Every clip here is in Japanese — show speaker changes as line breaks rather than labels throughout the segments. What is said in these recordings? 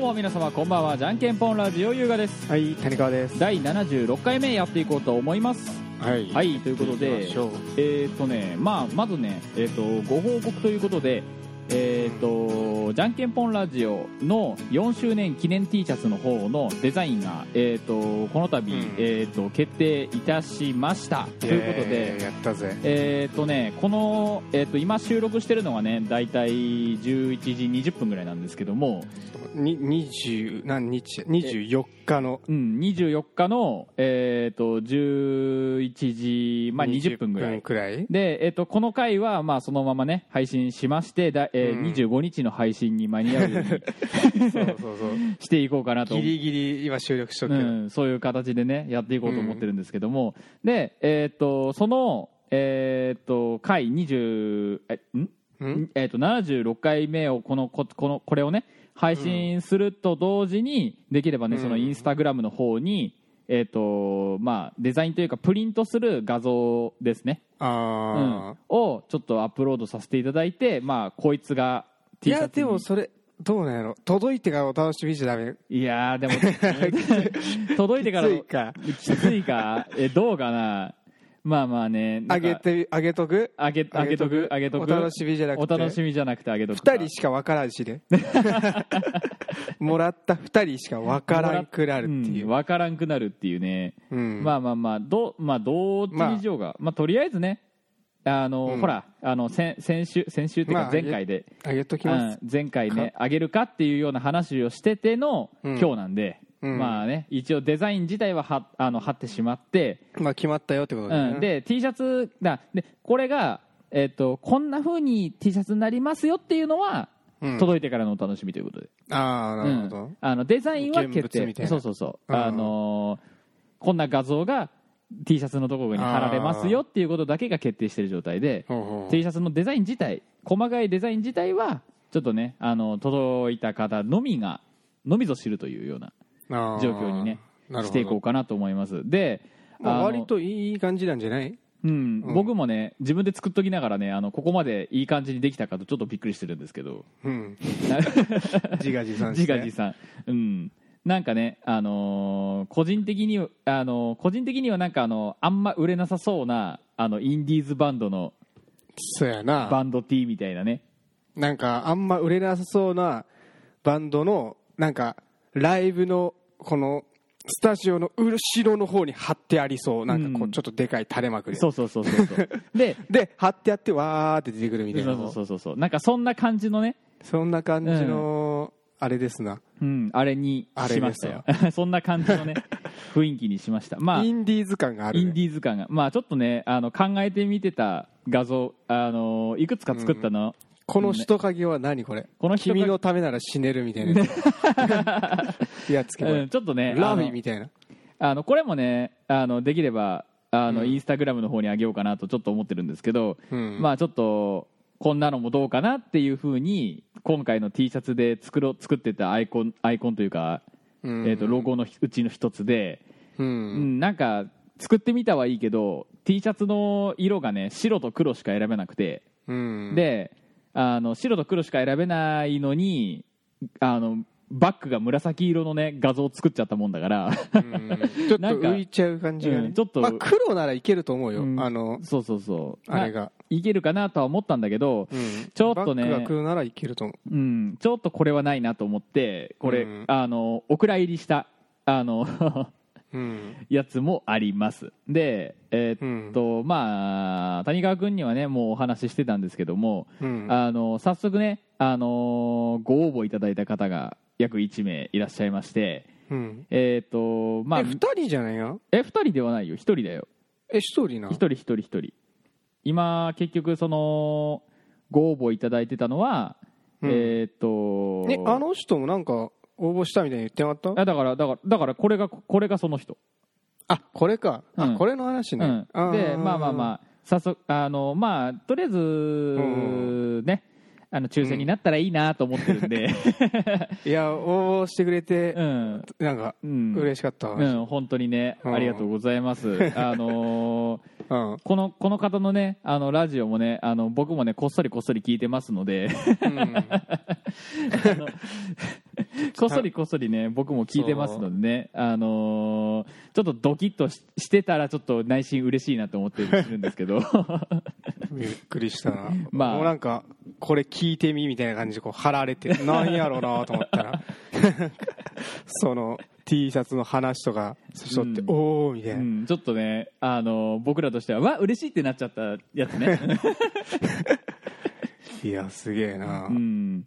も皆様こんばんはじゃんけんぽんラジオ優雅です
はい谷川です
第76回目やっていこうと思います
はい
はいということでえーっとねまあまずねえーっとご報告ということでえーっとじゃんけんぽんラジオの4周年記念 T シャツの方のデザインがえーっとこの度、
うん
えーっと決定いたしましたということで
やったぜ
えーっとね、この、えーっと今収録してるのがね大体11時20分ぐらいなんですけども、
に20何日24日の
うん、24日の、えーっと11時、まあ、20分ぐらい
く らい
で、えっと、この回は、まあ、そのままね、配信しまして、だえー
うん
25日の配信に間に合うように
そうそうそう
していこうかなと。
ギリギリ今収録しとく
う
けど、
ん、そういう形でね、やっていこうと思ってるんですけども、で、えっと、その、えっと、回20、え、ん
うん
えっと、76回目を、この、ここの、これをね、配信すると同時に、できればね、
うん
そのインスタグラムの方に、えっと、まあ、デザインというか、プリントする画像ですね。うん
ああ、、
をちょっとアップロードさせていただいて、まあ、こいつが T
い
シャツ
や
に
でもそれどうなんやろ届いてからお楽しみじゃダメ
いやーで も届いてから
ついか
きついかえどうかなまあまあねな
あ
んか
げてあげとく
あげあげとくあげとく
お楽しみじゃなくて
お楽しみじゃなくてあげとく
2人しか分からんしね もらった2人しか分からんくなるっていう、
んわからんくなるっていうね、
うん
まあまあまあど,、まあ、どっちにしようが、まあとりあえずねあの、
うん
ほらあの先先週先週っていう
ま
か
あ
前回で、
あげときます、
うん前回ねあげるかっていうような話をしてての、
うん
今日なんで、
うん
まあね一応デザイン自体ははあの貼ってしまって、
まあ決まったよってことだよね
うん、で T シャツだでこれが、えっとこんな風に T シャツになりますよっていうのは、
うん
届いてからのお楽しみということで、
ああなるほど、
うんあのデザインは決
現物みたい
定そう
な
そうそう、
うん
あのーこんな画像が T シャツのところに貼られますよっていうことだけが決定してる状態で、
ほうほう
T シャツのデザイン自体細かいデザイン自体はちょっとねあの届いた方のみがのみぞ知るというような
あー
状況にね
なるほど
していこうかなと思いますで、
ま
あ
あ、
の
割といい感じなんじゃない
うん
うん
僕もね自分で作っときながらねあのここまでいい感じにできたかとちょっとびっくりしてるんですけど
うん 自画自賛し
自
て
画自賛うんなんかね、あのー個人的に、あのー個人的にはなんかあのあんま売れなさそうなあのインディーズバンドの
そうやな
バンド T みたいなね
なんかあんま売れなさそうなバンドのなんかライブのこのスタジオの後ろの方に貼ってありそうなんかこ
う
うんちょっとでかい垂れ幕で、
そうそうそうそうそうで
で貼ってあってわーって出てくるみたいな
そうそうそうそうなんかそんな感じのね、
そんな感じのあれですな、
うん、あれにしましたよ そんな感じのね雰囲気にしましたまあ
インディーズ感がある、ね、
インディーズ感がまあちょっとねあの考えてみてた画像あのいくつか作ったの、
この人影は何これ
この人影
君のためなら死ねるみたいなや つやっつけこれ、
うんちょっとね
ラ
あ
フ
の
ィみたいな
あのこれもねあのできればあの、
うん
インスタグラムの方にあげようかなとちょっと思ってるんですけど、
うん
まあちょっとこんなのもどうかなっていうふうに今回の T シャツで作ろ作ってたアイコンアイコンというか、
うん
えー、とロゴのうちの一つで、
う
うん
ん
なんか作ってみたはいいけど T シャツの色がね白と黒しか選べなくて。
うん
であの白と黒しか選べないのにあのバックが紫色のね画像を作っちゃったもんだから、
うんちょっと
なんか
浮いちゃう感じがね、
うんちょっと
まあ、黒ならいけると思うよ、
うん
あの
そうそうそう
あれが
ないけるかなとは思ったんだけど、
うん
ちょっとね
バックが黒ならいけると思
うん、ちょっとこれはないなと思ってこれ、
うん
あのお蔵入りしたあの
う、うん
やつもありますでえーっと、まあ谷川君にはねもうお話ししてたんですけども、
うん
あの早速ね、あのーご応募いただいた方が約1名いらっしゃいまして、
うん
えっ、とまあ
え2人じゃないよ
え2人ではないよ1人だよ
え1人な
1人1人1人今結局そのご応募いただいてたのは、
うん
えっ、と
えあの人もなんか応募したみたいに言ってなかった
あだからだからだからこれがこれがその人、
あこれか、
うん
あこれの話ね、
うん、でまあまあまあ早速あのまあとりあえず、
ん
ねあの抽選になったらいいなと思ってるんで、
いや応募してくれて
う、ん、
なんか
うん
嬉しかった、うん
うん、本当にね、
うん
ありがとうございます。あのー
うん
このこの方のねあのラジオもねあの僕もねこっそりこっそり聞いてますのであの こっそりこっそりね僕も聞いてますのでねあのーちょっとドキッとししてたらちょっと内心嬉しいなと思ってるんですけど
びっくりしたな、
まあ
もうなんかこれ聞いてみみたいな感じでこう貼ら れてなんやろうなと思ったら その T シャツの話とかそしとって、
うん
おおみたいうな、
ん、ちょっとね、あの僕らとしてはわ嬉しいってなっちゃったやつね、
いやすげえな、
うん、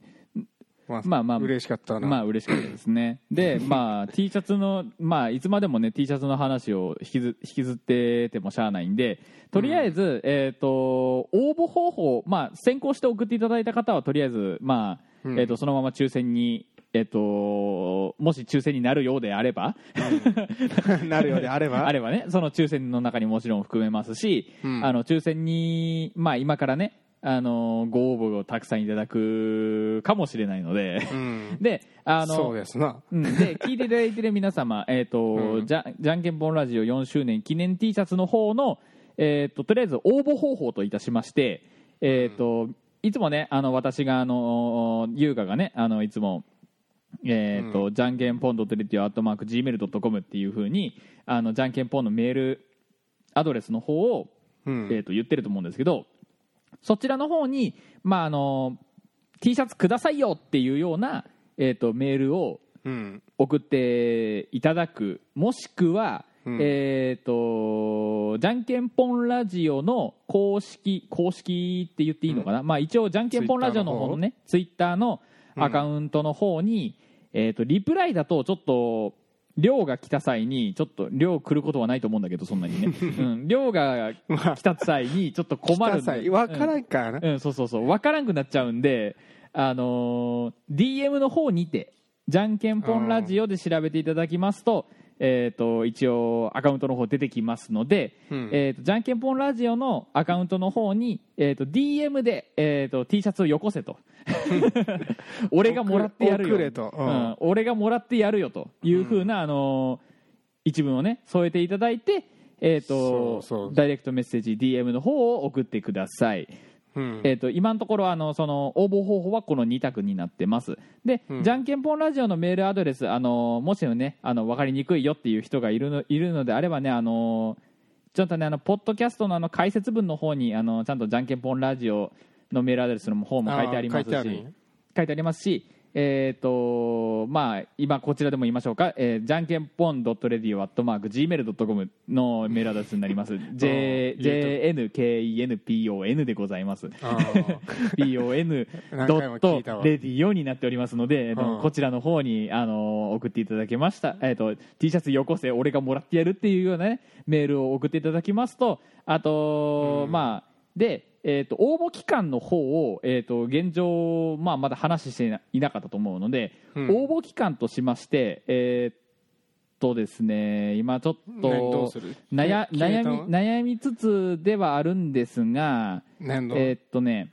まあ
まあまあ
嬉しかったな、
まあ嬉しかったですねでまあ T シャツのまあいつまでもね T シャツの話を引きず引きずっててもしゃあないんでとりあえず、えっ、と応募方法まあ先行して送っていただいた方はとりあえずまあ、
うん
えー、とそのまま抽選にえっ、ともし抽選になるようであれば
なるようであれば
あればねその抽選の中にもちろん含めますし、
うん
あの抽選にまあ今からねあのご応募をたくさんいただくかもしれないので、
うん、
であの
そうですな
うん、で聞いていただいてる皆 様、えーと
うん
じゃじゃんけんぽんラジオ4周年記念 T シャツの方の、えー、ととりあえず応募方法といたしまして、えーといつもねあの私があの優香がねあのいつも。えーとじゃんけんぽん .radio.gmail.com っていうふうにあのじゃんけんぽんのメールアドレスの方を、
うん
えー、と言ってると思うんですけどそちらの方に、まあ、あの T シャツくださいよっていうような、えー、とメールを
うん
送っていただくもしくは、
うん
えっ、とじゃんけんぽんラジオの公式公式って言っていいのかな、まあ一応じゃんけんぽんラジオの方のねツイッターのアカウントの方に、えっ、とリプライだとちょっと量が来た際にちょっと量来ることはないと思うんだけどそんなに ね、うん、量が来た際にちょっと困るん
来た
で
際分から
うん
んからな、
うん、そうそうそう分からんくなっちゃうんで、あのー DM の方にて「じゃんけんぽんラジオ」で調べていただきますと,、えー、と一応アカウントの方出てきますので、
うん
えー、とじゃんけんぽんラジオのアカウントの方に、えー、と DM で、えー、と T シャツをよこせ と俺がもらってやるよ
送れと
う
うんん
俺がもらってやるよというふうな、あのー一文をね添えていただいて、えー、と
そうそう
ダイレクトメッセージ DM の方を送ってください。
うん
えー、と今のところあのその応募方法はこの2択になってますで、
うん
じゃんけんぽんラジオのメールアドレスあのもしねあの分かりにくいよっていう人がいるのいるのであればねあのちょっとねあのポッドキャストのあの解説文の方にあのちゃんとじゃんけんぽんラジオのメールアドレスの方も書いてありますし
あー書いてある
書いてありますしえーとまあ、今こちらでも言いましょうか、えー、じゃんけんぽん .radio.gmail.com のメールアドレスにな ります J-
言え
JNKENPON でございます
あー
bon
何
ド
回も
ッ
聞いた
ト
わ
レディオになっておりますので、えっと
うん
こちらの方にあの送っていただけました、えっと T シャツよこせ俺がもらってやるっていうような、ね、メールを送っていただきますとあと、
うん
まあでえっと応募期間の方を、えっと現状、まあ、まだ話していないなかったと思うので、
うん
応募期間としまして、えっとですね、今ちょっと
何どうする
悩
決め
悩
た
み悩みつつではあるんですが、
何度、
えっとね、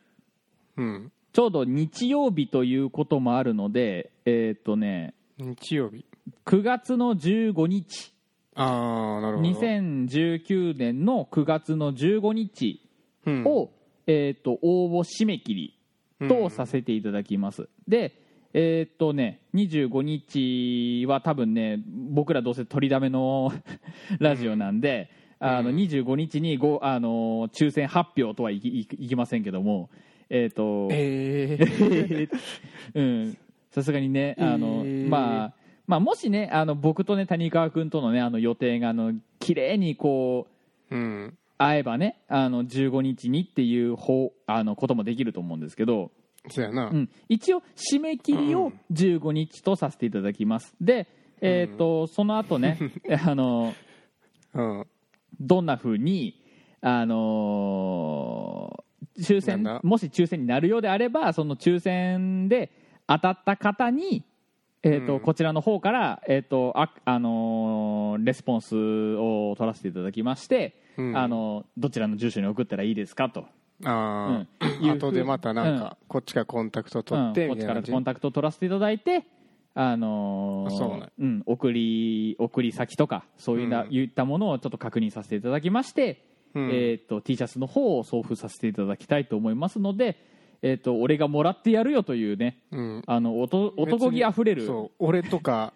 うん、
ちょうど日曜日ということもあるので、えーっ、とね、
日曜日
9月の15日、
ああなるほど
2019年の9月の15日を、えーっ、と、応募締め切りとさせていただきます。で、えーっ、とね、25日は多分ね、僕らどうせ取りだめの ラジオなんで、あの
うん
25日にごあの抽選発表とはいきいきいきませんけども、えーっ、と、
ええ
うんさすがにねあの、
えー
まあまあもしねあの僕とね谷川君とのねあの予定があの綺麗にこう
うん
会えばねあの15日にっていう方あのこともできると思うんですけど、
そうやな、
うん、一応締め切り
う
を
ん
15日とさせていただきますでえっ、とその後 ねあの
うん
どんなふうに、あのー抽選
なんだ
もし抽選になるようであればその抽選で当たった方に、えーと
うん
こちらの方から、えーとああのーレスポンスを取らせていただきまして、
うん
あのどちらの住所に送ったらいいですかと、
ああ、
うんいう
後でまたなんか、こっちからコンタクト取って
うんこった
み
ち
い
から
な感じ
コンタクト取らせていただいてあのー
あそうなんや
ん、送り送り先とかそういうな、
うん
いったものをちょっと確認させていただきまして、
うん
えー、と T シャツの方を送付させていただきたいと思いますので、えー、と俺がもらってやるよというね
うん
あのおと男気あふれる
そう俺とか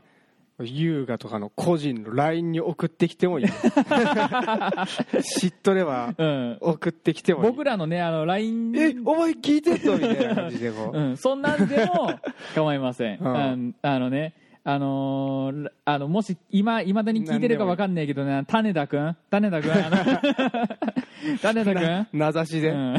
優雅とかの個人の LINE に送ってき てもいい嫉妬では
うん、
送ってきてもいい
僕らのねあの LINE
えお前聞いてんのみたいな感じでこう、
うん、そんなんでも構いません、
うん
うんあのねあのーあのもし今いまだに聞いてるかわかんないけどね種田君種田君あ の種田君
名指しで、
うん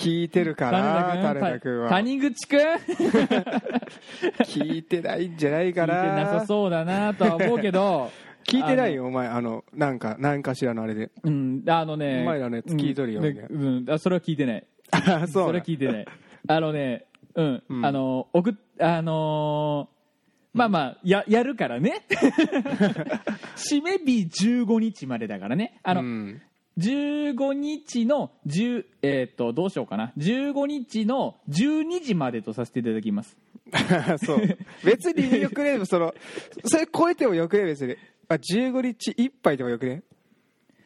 聞いてるかなタレタ君
た
は
谷口君 聞い
聞いてないんじゃない
て
かな
なさそうだなとは思うけど、
聞いてないよお前あのなんか何かしらのあれで
うん、あのね
お前らのやつ聞いとるよ
うん
みたい
でうんあそれは聞いてない
あそう
それ聞いてないあのねうん、
うん
あの送っあのーまあまあややるからね締め日15日までだからねあの、
うん
15日の10えーっとどうしようかな15日の12時までとさせていただきます
そう別によくね そのそれ超えてもよくね別にあ15日いっぱいでもよくね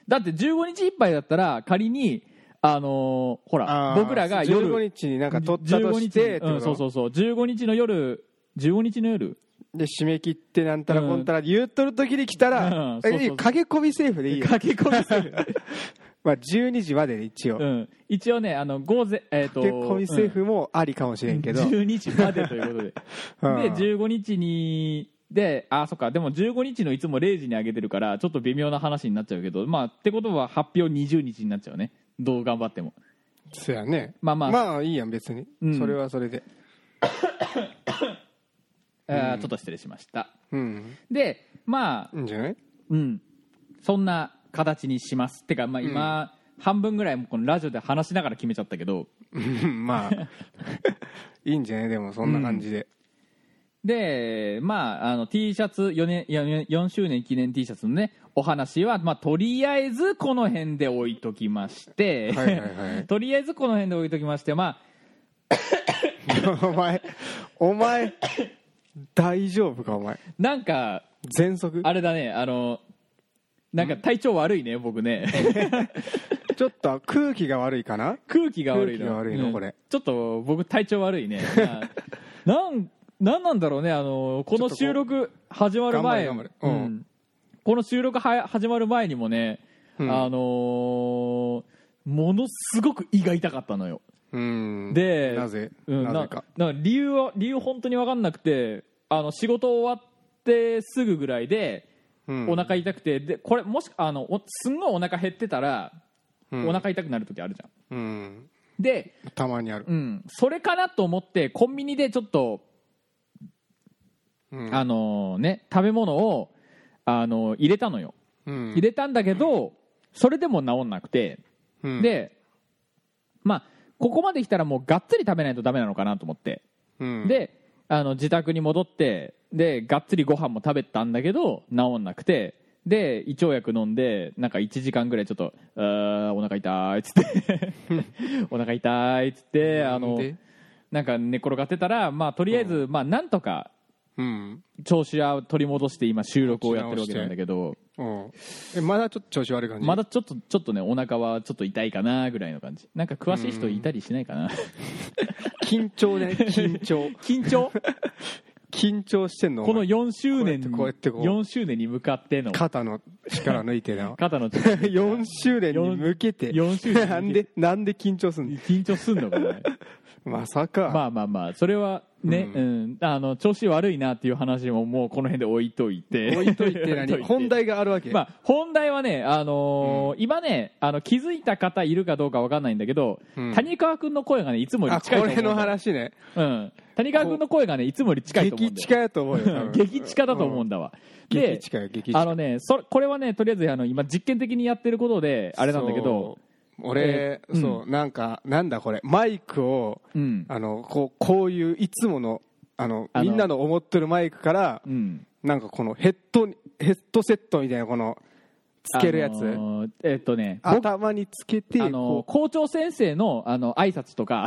だって15日いっぱいだったら仮にあのーほら
あー
僕らが夜
15日になんか取ったとして
15日うんそうそうそう15日の夜15日の夜
うで締め切ってなんたらこんたら言っとる時に来た
うん
ら
そうそう
え駆け込みセーフでいいよ、
駆け込みする
まあ、12時までで一応、
うん、一応ねあの午前えっ、と
駆け込みセーフもありかもしれんけど、
うん12時までということで
うん
で15日にであそっかでも15日のいつも0時に上げてるからちょっと微妙な話になっちゃうけどまあってことは発表20日になっちゃうねどう頑張っても
そやね
まあまあ
まあいいやん別に、
うん
それはそれで
あーちょっと失礼しました
うん
でまあ
いいんじゃない
うんそんな形にしますてかまあ今、半分ぐらいもこのラジオで話しながら決めちゃったけど
うんまあ いいんじゃないでもそんな感じで、
で、まあ、あの T シャツ4年 4, 4周年記念 T シャツのねお話は、まあ、とりあえずこの辺で置いときまして、
はいはいはい
とりあえずこの辺で置いときまして、ま
お前お前大丈夫かお前
あ、なんか
喘息
あれだねあのなんか体調悪いね僕ね
ちょっと空気が悪いかな
空気が悪いの
空気が悪いの
うん
これ
ちょっと僕体調悪い ねまあなんなんなんだろうねあのこの収録始まる前
頑張れ頑張れうん
うんこの収録は始まる前にもね、
うん
あのーものすごく胃が痛かったのよ
うん
で
なぜ、
うん
なぜか
ななんか理由は理由本当に分かんなくてあの仕事終わってすぐぐらいで
うん
お腹痛くてでこれもしあのおすんごいお腹減ってたら、
うん
お腹痛くなる時あるじゃん
うん
で
たまにある
うん、それかなと思ってコンビニでちょっと、
うん
あのね、食べ物を、あの入れたのよ
うん
入れたんだけど、それでも治んなくて、
うん
でまあここまで来たらもうがっつり食べないとダメなのかなと思って、
うん
であの自宅に戻ってでがっつりご飯も食べたんだけど治んなくてで胃腸薬飲んでなんか1時間ぐらいちょっと「あーお腹痛い」っつ って「お腹痛い」っつってあの
で
なんか寝転がってたら、まあ、とりあえず、まあ、なんとか
うん
調子は取り戻して今収録をやってるわけなんだけど
うんえまだちょっと調子悪い感じ
まだちょっとちょっとねお腹はちょっと痛いかなぐらいの感じなんか詳しい人いたりしないかな
緊張ね緊 張
緊張
緊張してんの
この
お前
4周年
こうやってこうやってこう
4周年に向かっての
肩の力抜いて な
肩の力
4周年に向け て
四周年 に向けて
なんでなんで緊張すんの
緊張すんのか な
まさか、
まあまあまあそれはね、う
うん
あの調子悪いなっていう話ももうこの辺で置いといて
置いといて何
置いとい
本題があるわけ、
まあ、本題はね、あのー今ねあの気づいた方いるかどうかわかんないんだけど、
うん
谷川君の声がねいつもより
あ
近いと
こ
思う
れの話ね
うん、谷川君の声がねいつもより近いと思う
激
んだ
近やと思うよ多
よ
分
激近だと思うんだわ、
うん
で
激近よ激近
あのねそれこれはねとりあえずあの今実験的にやってることであれなんだけど
そう俺、
えーうん
そうなんかなんだこれマイクを
うん
あのこうこういういつものあの
あの
みんなの思ってるマイクから
うん
なんかこのヘッドにヘッドセットみたいなこのつけるやつ、
あのーえっとね僕
頭につけて
あのー
こ
校長先生のあの挨拶とか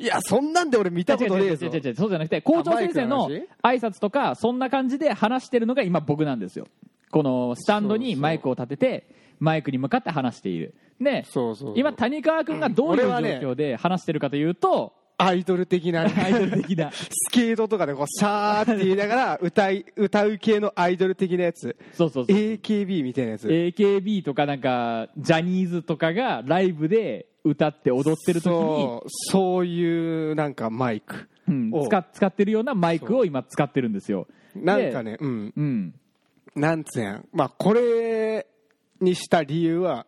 ういやそんなんで俺見たことねえぞ
違う違う違う違う違うそうじゃなくて校長先生
あ
の
マイク
挨拶とかそんな感じで話してるのが今僕なんですよこのスタンド
そう
に
そう
マイクを立ててマイクに向かって話しているで
そうそうそう
今谷川君がどういう
う
状
ん俺はね
況で話してるかというと、
アイドル的な
アイドル的 な
スケートとかでこうシャーって言いながら 歌い歌う系のアイドル的なやつ
そうそうそう
AKB みたいなやつ
AKB とかなんかジャニーズとかがライブで歌って踊ってる時に、
そうそういうなんかマイク
うん
お
使っ使ってるようなマイクを今使ってるんですよ
なんか
ね
ねうん
うん
なんつうやんまあこれにした理由は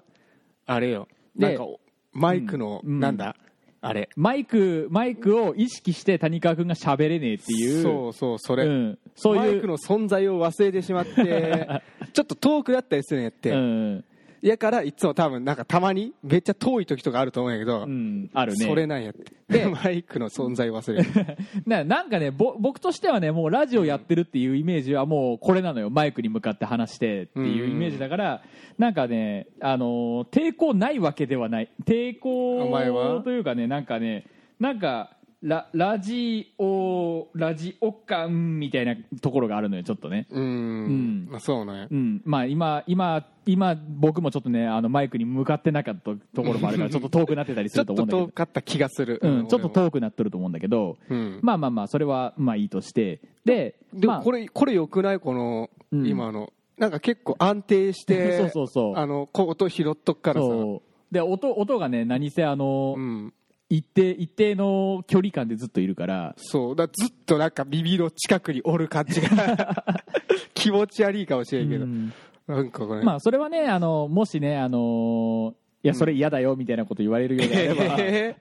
あれよ
で
なんかマイクの、
うんうん
なんだあれ
マイクマイクを意識して谷川君が喋れねえっていう
そうそうそれ、
うん、そう
マ
い
イ
う
クの存在を忘れてしまって ちょっと遠くだったりするんやって、
うん、
やからいつも多分なんかたまにめっちゃ遠い時とかあると思うんやけど、
うん、あるね
それなんやって
で
マイクの存在 忘れる
ななんかねぼ僕としてはねもうラジオやってるっていうイメージはもうこれなのよマイクに向かって話してっていうイメージだから、なんかね、あのー抵抗ないわけではない抵
お前
抗
は
というかねなんかねなんかララジオラジオ感みたいなところがあるのよちょっとね。
うん
ん
まあそうなんや
うんまあ、今、今今僕もちょっとねあのマイクに向かってなかったところもあるからちょっと遠くなってたりす
ちょ
る
っ
と思う
と
んだけど
遠かった気がする、
うん、ちょっ
俺
と
も
遠くなっとると思うんだけど、
うん
まあまあまあそれはまあいいとしてで
で
ま
も
あ
これこれよくないこの
うん
今のなんか結構安定し
そう
て
そうそう
あのこう音拾っとくからさ
そうで音音がね何せあの、
うん
一定一定の距離感でずっといるから
そうだからずっとなんか耳の近くにおる感じが 気持ち悪いかもしれんけど
うん
なんかこれ
まあ それはねあのもしねあのいやそれ嫌だよみたいなこと言われるよう であれば、
え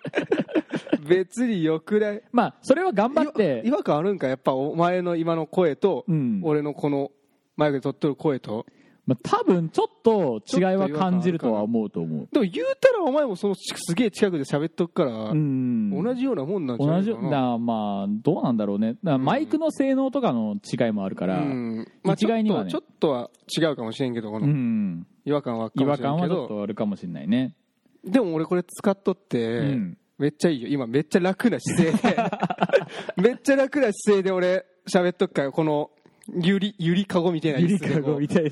ー別によくない
まあそれは頑張っ
違
て
和感あるんかやっぱお前の今の声と
うん
俺のこのマイクで撮っとる声と
まあ多分ちょっと違いは感じるとは思うと思う
でも言うたらお前もそのすげえ近くで喋っとくから
うん
同じようなもんなんじゃな
同
い
じ
かな
だまあどうなんだろうねだからマイクの性能とかの違いもあるから、
うんまあ、
一概にはね
ちょっとちょっとは違うかもしれんけどこ
う
の
ん、
違和感はある
違
かも
和
しれ
感
んけ
はちょっ
ど
とあるかもしれないね、
でも俺これ使っとって、
うん
めっちゃいいよ今めっちゃ楽な姿勢 でめっちゃ楽な姿勢で俺喋っとくからこのゆりゆりかごみたいな
ゆ
椅
り
子で
か
こ
ご
う
みたいな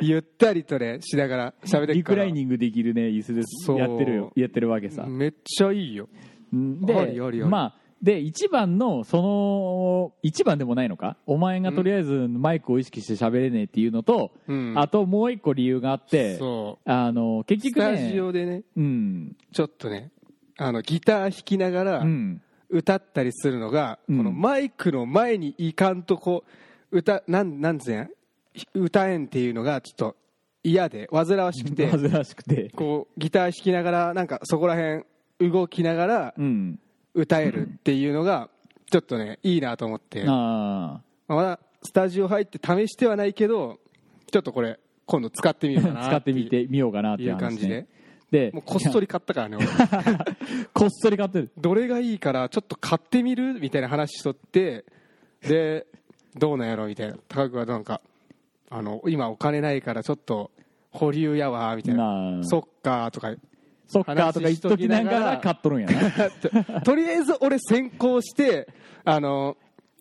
ゆったりとねしながら喋って
リ
くか
ク
ら
ライニングできるね椅子です
そう
やってるよやってるわけさ、
めっちゃいいよ
で
ありありあり
まあで一番のその一番でもないのかお前がとりあえずマイクを意識して喋れねえっていうのと、
うん
あともう一個理由があって
そ
あの
う
結
ス
局
タジ
ね
オでね
うん
ちょっとねあのギター弾きながら、
うん
歌ったりするのが、
うん
このマイクの前にいかんとこう歌なんなんつうね歌えんっていうのがちょっと嫌で煩わしくて
恥ずかしくて
こうギター弾きながらなんかそこら辺動きながら
うん
歌えるっていうのがちょっとねいいなと思って、ま
ああ
あまだスタジオ入って試してはないけどちょっとこれ今度使ってみようかな
使ってみてみようかなって
い
いう
う感
話、
じ
ね
で、、
で
もうこっそ
り
り買ったから ね俺
こっそり買ってる
どれがいいからちょっと買ってみるみたいな話しとってでどうなんやろみたいな高くはなんかあの今お金ないからちょっと保留やわみたい
な
な
あ
そっかとか
そっかーとか言っときながら
話しときながら
買っとるんやな
とりあえず俺先行してあの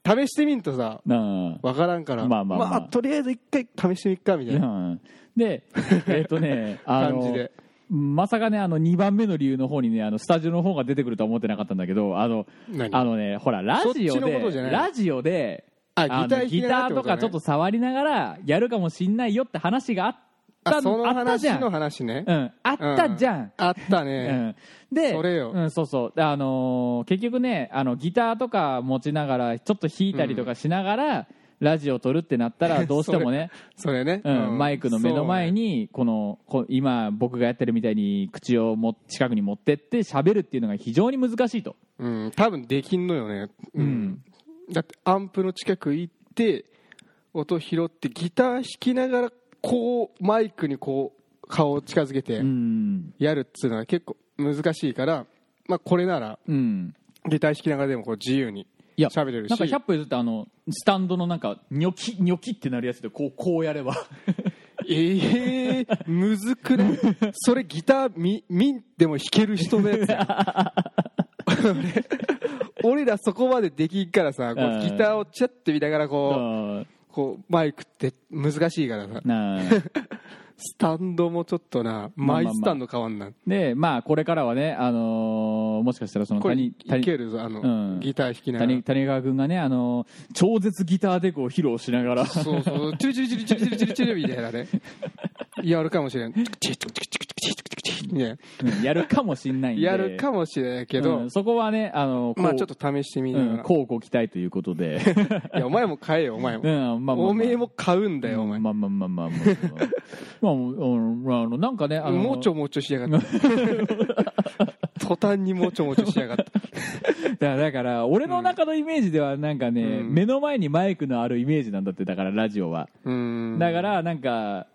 試してみんとさ
なあ
分からんから
まあまあまあ
とりあえず一回試してみっかみたいな
うん でえっ、とねあ
感じ
の
で
まさかねあの2番目の理由の方にねあのスタジオの方が出てくるとは思ってなかったんだけどあの
何
あのねほらラジ
そっち
オ
のこと
で
じゃない
ラジオで
あ
あの
ギター弾き
ギタ
なが
ー
らっ
と
てことね
かちょっと触りながらやるかもしんないよって話があった
あその
あったじ
話
ゃん、う
の
ん、
話ね
あったじゃん、
あったね
うん、で
それよ
うん、そうそうであのー結局ねあのギターとか持ちながらちょっと弾いたりとかしながら、ラジオを撮るってな ったらどうしてもね、
それね
うん、マイクの目の前
に
にこのこ今僕がやってるみたいに口をも近くに持ってって喋るっていうのが非常に難しいと
うん、多分できんのよね、うん
ん
だってアンプの近く行って音拾ってギター弾きながらこうマイクにこう顔を近づけて
うん
やるっつうのは結構難しいから、まあ、これなら
うん
ギター弾きながらでもこう自由に
いや
喋れるし
なんか100歩譲ってあのスタンドのなんかニョキニョキってなるやつでこうこうやれば
ええー、むずくねそれギターみミンでも弾ける人のやつや俺俺らそこまでできんからさこ
うん
うギターをチャッて見ながらこ
あ
うこうマイクって難しいからさ
ー なあ
スタンドもちょっとな
まあまあ
マイスタンド変わんない
でまあこれからはね、あのーもしかしたらその
これ
谷
い
谷
けるぞあの、
うん
ギター弾きながら
谷谷川君がね、あのー超絶ギターデコを披露しな がら
そうそう、チュルチュルチュルチュルチュルチュルチュルみたいなね。やるかもしれん。チュルチュルチュルチュルチュルチュルチュルチュルみたいな
うんやるかもしんないんで
やるかもしれんけど、
うんそこはねあの
まあちょっと試してみ
う
なが
ん
ら。
乞うご期待ということで
いや、お前も買えよ、お前
う
も。
んまあまあまあ
おめえも買うんだよ、お前。
まあまあまあ まあまあまあまああのなんかねあの
もうちょもうちょしや がった。途端にもうちょもうちょしやがった。
だだから俺の中のイメージではなんかね、
うん
目の前にマイクのあるイメージなんだってだからラジオは、
うーん。
だからなんか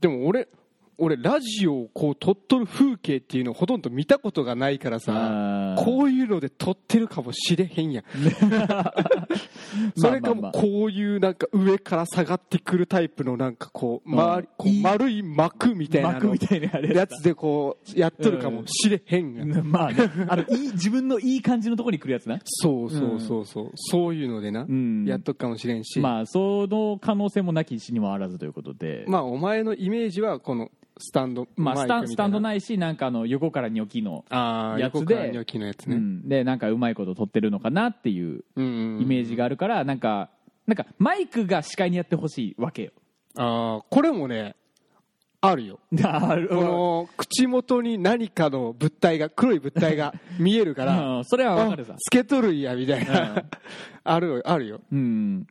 でも俺、俺、ラジオをこう撮っとる風景っていうのをほとんど見たことがないからさ、
あー
こういうので撮ってるかもしれへんやん。 それ
ま
かも
あまあまあ
こういうなんか上から下がってくるタイプのなんかこう,、ま
うん
こう
いい
丸い膜みたいな
幕
の
みたいなあれ
やつでこうやっとるかもしれへん が、
まあねあのいい自分のいい感じのところに来るやつな
そうそうそうそう、そういうのでな、
ん
やっとくかもしれんし、まあ、
まあその可能性もなきしにもあらずということで
お前のイメージはこのスタンド
まあスタンスタンド
い
ないしなんかあの横からニョキの、
ああ
やつで
横からニョキのやつ
う
ね、
ん、でなんかうまいこと撮ってるのかなっていう
うんうん
イメージがあるからなんかなんかマイクが視界にやってほしいわけよ
ああこれもねあるよ
なる
この口元に何かの物体が黒い物 体が見えるから、
うん、それはわかるさ
あ、透けとるんやみたいな、 あるよあるよ
うん、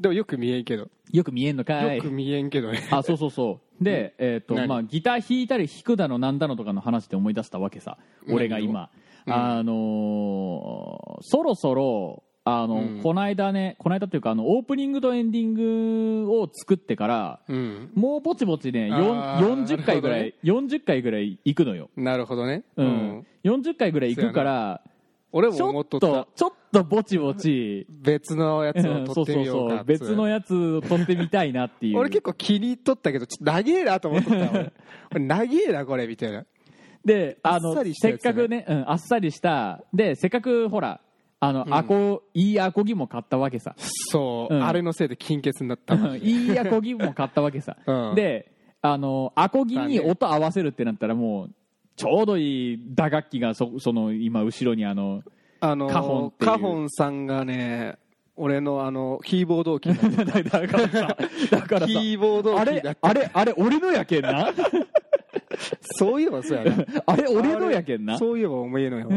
でもよく見えんけど、
よく見えんのかい
よく見えんけどね
あそうそうそうで、えっと
何
まあ、ギター弾いたり弾くだのなんだのとかの話で思い出したわけさ俺が今、あのーそろそろあの、
うん
こないだねこないだというかあのオープニングとエンディングを作ってから
うん
もうぼちぼちねよん
あー
40回ぐらい、40回ぐらい行くのよ、
なるほどね
うん40回ぐらい行くから
俺
ち
も
ょ
思
っ
っと
と
った
ちょっとぼちぼ ち
別のやつを撮ってみようかっつ
別のやつを撮ってみたいなっていう
俺結構気に入っとったけどちょっと長えなと思っとった 俺俺長えなこれみたいな
であ
あっ
の
さりした
せ
や
っ
つ
かくね、うん、あっさりしたでせっかくほらあの、
ん
アコいいアコギも買ったわけさ
そう、
うん
あれのせいで金欠になった
うんいいアコギも買ったわけさ、
うん
であのアコギに音合わせるってなったらもうちょうどいい打楽器がそその今後ろにあの
あの
カホンっていう
カホンさんがね俺のあのキーボード置きキ
だからさだからさ
ーボード
あ
置き
れ
だ
あれあれ俺のやけんな
そういえばそうやな
あれ俺のやけんな
そういえばおめえ のよ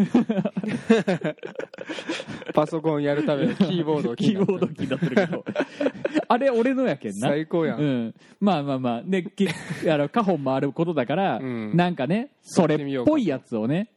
パソコンやるためのキーボード を
キーボード気になってるけど あれ俺のやけんな
最高やん
うん、まあまあまあでき あのカホン回ることだから、
うん
なんかねそれっぽいやつをね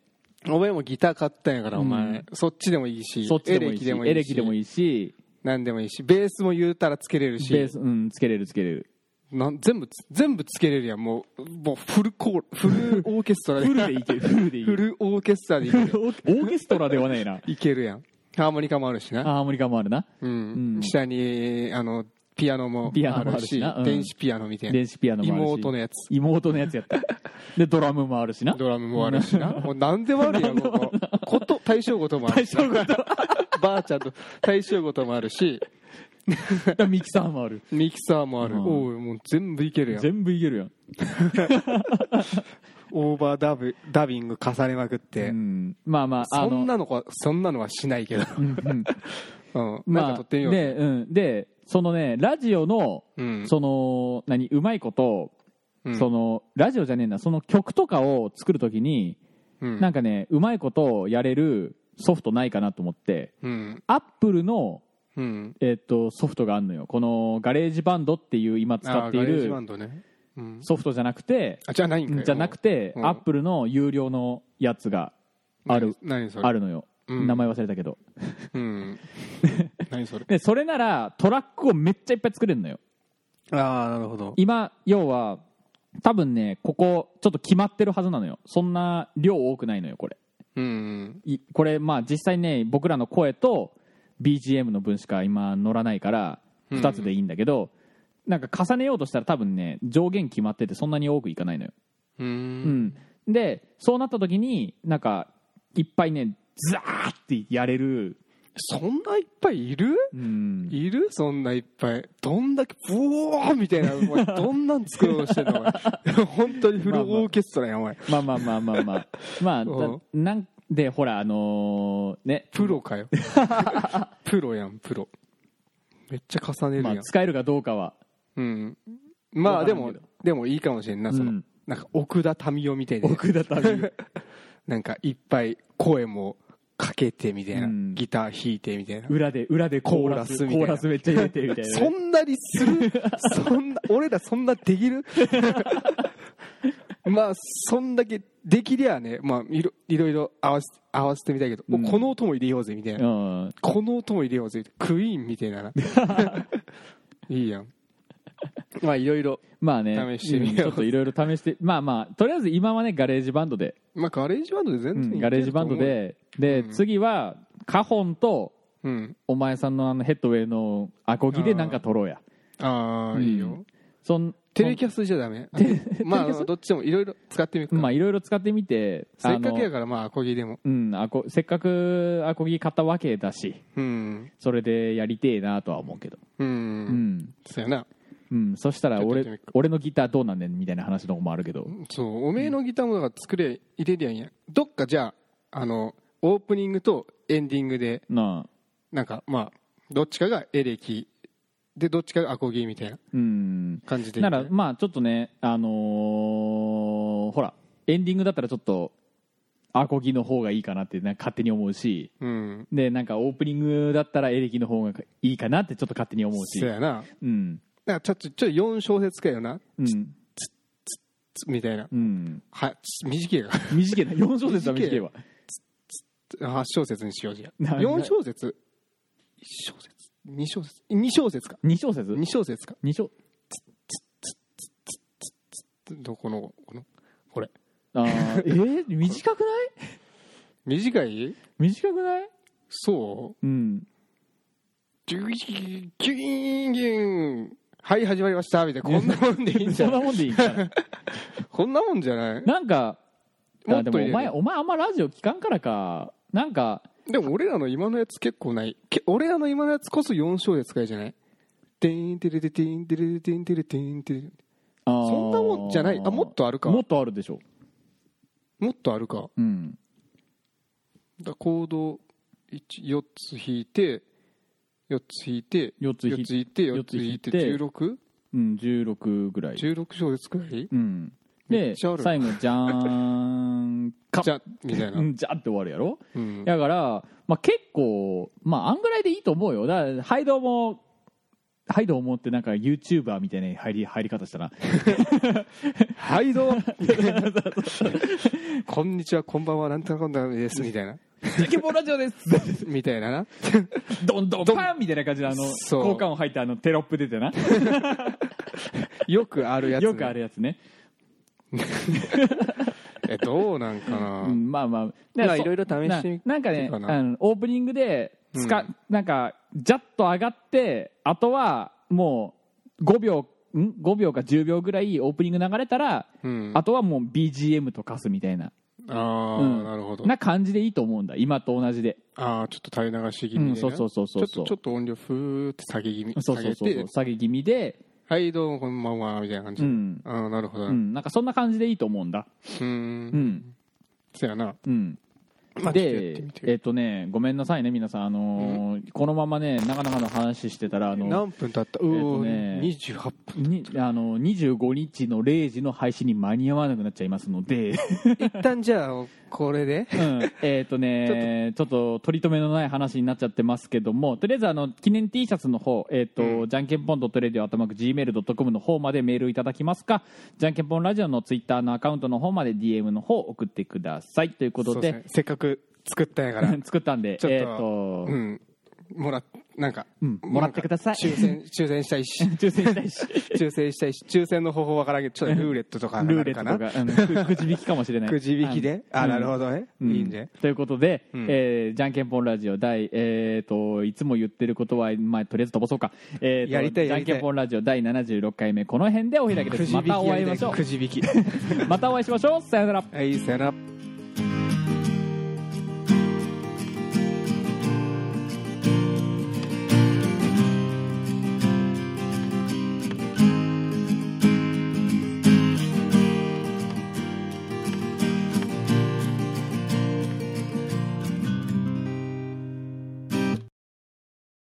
お前もギター買ったんやからお前、
うん
そっちでもいいし
そっちでもいいしエ
エ
レ
レ
キ
キ
で
で
も
もいいし
いいし
何でもいいしベースも言うたらつけれるし
ベース、うん、つけれるつけれる
なん全部つ全部つけれるやんもうもうフルコーフルオーケストラで
フルでい けるフルでいけ
フ
る
ルオーケストラでいける
オーオーケストラではないな
いけるやんハーモニカもあるしな、
ハーモニカもあるな
うん
うん
下にあのピアノも
ピアノ
あ
もあ
る
るし
し
なうん
電子ピアノみたいな
電子ピアノもあるし
妹のやつ
妹のやつやったでドラムもあるしな
ドラムもあるしなもう何でもあるやん こここと対象ともある
大
し
丈夫だ
ばあちゃんと対象ごともあるし
だミキサーもある
ミキサーもある、
うん
おうもう全部いけるやん
全部いけるやん
オーバーダブダビング重ねまくって、
うんまあまああ
そ
の
んなのはそんなのはしない けど、
うんうん
うん
まあ
なんか撮ってみよう、
で,、うん、でそのねラジオの、
うん
その何うまいこと、
うん
そのラジオじゃねえなその曲とかを作るときに、
うん
なんかねうまいことをやれるソフトないかなと思って
うん
アップルの、
うん
えっとソフトがあるのよこのガレージバンドっていう今使
あ
っ
ー
てい
ガレージバ
る
ンドね、うん、
ソフトじゃなくて
あじゃないんか
うん
よ
じゃなくて
うん
アップルの有料のやつがある
何何それ
あるのよ、
うん
名前忘れたけど
うん 何それ
でそれならトラックをめっちゃいっぱい作れるのよ
ああなるほど
今要は多分ねここちょっと決まってるはずなのよそんな量多くないのよこれ
うん
いこれまあ実際ね僕らの声と BGM の分しか今乗らないから
うん
2つでいいんだけど、なんか重ねようとしたら多分ね上限決まっててそんなに多くいかないのよ、
う
うんん、でそうなった時になんかいっぱいねザーってやれる、
そんないっぱいいる
うん、
いるそんないっぱいどんだけブオーみたいなお 前どんなん作ろうとしてんのお前本当にフルオーケストラやお前
まあまあまあまあ まあまあだ
うん
なんでほらあのーね
プロ かよプロやんプロめっちゃ重ねる
ま
やん、
あ、使えるかどうかは
うんまあでも
わからんけ
でもいいかもしれんなその、
うん
なんか奥田民生みたいな
奥田民生
なんかいっぱい声もかけてみたいな、
うん
ギター弾いてみたい な
裏で裏でコーラス
コーラスみたいな
コーラスめっちゃ入れてみたいな
そんなに するそんな俺らそんなできる まあそんだけできりゃあね、まあ、いろいろいろ合わせ合わせてみたいけど、
うん
もうこの音も入れようぜみたいな、
うん
この音も入れようぜクイーンみたい なないいやんまあいろいろ
まあね
試してみよう
うんちょっといろいろ試してまあまあとりあえず今はねガレージバンドで、
まあガレージバンドで
う
全然いけると思う、
ん、ガレージバンドでで、
うん
次はカホンと
うん
お前さんのあのヘッドウェイのアコギでなんか撮ろうや
ああ、
うん
いいよ
そん
テレキャスじゃ ダメあのまあまあどっちでもいろいろ使ってみるか、
まあいろいろ使ってみて
せっかく
あ
や
の
からまあアコギでも
うん、アコせっかくアコギ買ったわけだし
うん
それでやりてえなとは思うけど
うん、
うん、
そうやな
うん、そしたら
ちょっとやってみ
俺
るか
俺のギターどうなんねんみたいな話の方もあるけど
そうおめえのギターもだから作れ入れりゃいいんやどっかじゃああのオープニングとエンディングで
なあ
なんかまあどっちかがエレキでどっちかがアコギみたいな
うん
感じでいい
なん
じゃ
ら
ない
まあちょっとねあのーほらエンディングだったらちょっとアコギの方がいいかなってなんか勝手に思うし
うん
でなんかオープニングだったらエレキの方がいいかなってちょっと勝手に思うし
そうやな
うん
なんかちょっとちょっと4小節かよな
うん
つみたいな
うん
はつ短いか
短いな4小節は短いわ
8小節にしようじゃ
な
4小節1小節2小節2小節か
2小節
2小節か
二小
どこのこのこれ
あー えー短くない
短い
短くない
そう
うん
ギュギュンギュンはい始まりましたみたいなこんなもんでいいんじ
そ
ゃ
ん
な
ないもんでいいんかな
こんなもんじゃない
なんか
も
あ
っ
で
と
もお
入れる
前お前あんまラジオ聞かんからかなんか
でも俺らの今のやつ結構ないけ俺らの今のやつこそ4章で使いじゃないてんてれててんてれててんてれてんてれ
そ
そんなもんじゃないあもっとあるか
もっとあるでしょ
もっとあるか
うん
だコード4つ弾いて4つ弾いて
4つ引
4
い
つ弾いて
四
4
つ
つ
弾
弾
い
い
て
て 16?16
うん、16ぐらい
章で作り
うん
め
で
っちゃある
最後じゃー んか
じゃみたいな
う、んじゃって終わるやろ
うん、
だから、まあ、結構まああんぐらいでいいと思うよだからはいどうもはいどうもってなんか YouTuber みたいな入り入り方した な
はいどうこんにちはこんばんはなんとかこんばんはですみた いな
ジャケボラジオです
みたいなな
どんどんパンみたいな感じであの
そう
効果音入ったあのテロップ出てな
よくあるやつ、ね、
よくあるやつね、
えどうなんかな、
うん、まあまあ
まあ
なんかそ
いろいろ試してみ
ななんかね
かな
あのオープニングでつか、なんかジャッと上がってあとはもう5秒ん5秒か10秒ぐらいオープニング流れたら、
うん
あとはもう BGM とかすみたいな
ああ、
うん
なるほど
な感じでいいと思うんだ今と同じで
ああちょっと垂れ流し気味で、ね
うんそうそうそうそう
ちょっとちょっと音量ふーって下げ気味
そうそう
下げ
そう
て
そう下げ気味で、
はいどうもこんばんはみたいな感じ、
うん
ああなるほど
う
うん
ん、なんかそんな感じでいいと思うんだ
う
うんん
そやな、
うん
まあ、ちょっとやって
で
みて
えっとねごめんなさいね皆さん、あのーこのままねなかなかの話してたらあの
何分経ったう
えっと
お、
ね
28分
にあの25日の0時の配信に間に合わなくなっちゃいますの で、
一旦じゃあこれで
うんえっ、とねちょっと取り留めのない話になっちゃってますけどもとりあえずあの記念 T シャツの方、えっとじゃんけんぽん .radio.gmail.com の方までメールいただきますかじゃんけんぽんラジオのツイッターのアカウントの方まで DM の方送ってくださいということ
そう
で
ですねせっかく作ったんやから
作ったんで
ちょっと
えっと
うんもらなんか、
うんもらってください
なんか抽選抽選した いし
抽選したい し
抽選したいし抽選の方法わからんけどちょっとルーレットとか
ル
な
ーレ
る
ッ
か
ト
な
とかあのくくじ引きかもしれない
くじ引きであなるほどね、
うん
いいんで
ということで、
うん
えーじゃんけんぽんラジオ第、えー、といつも言ってることは、まあ、とりあえず飛ばそうか、えーと
やりたい
じゃ
や
ん
りたい
けんぽんラジオ第76回目この辺でお開きで
く
す
じ
ま
引き
たお
や
会い
り
しましょ
たいくじ引き
うまたお会いしましょうさよなら
はいさよなら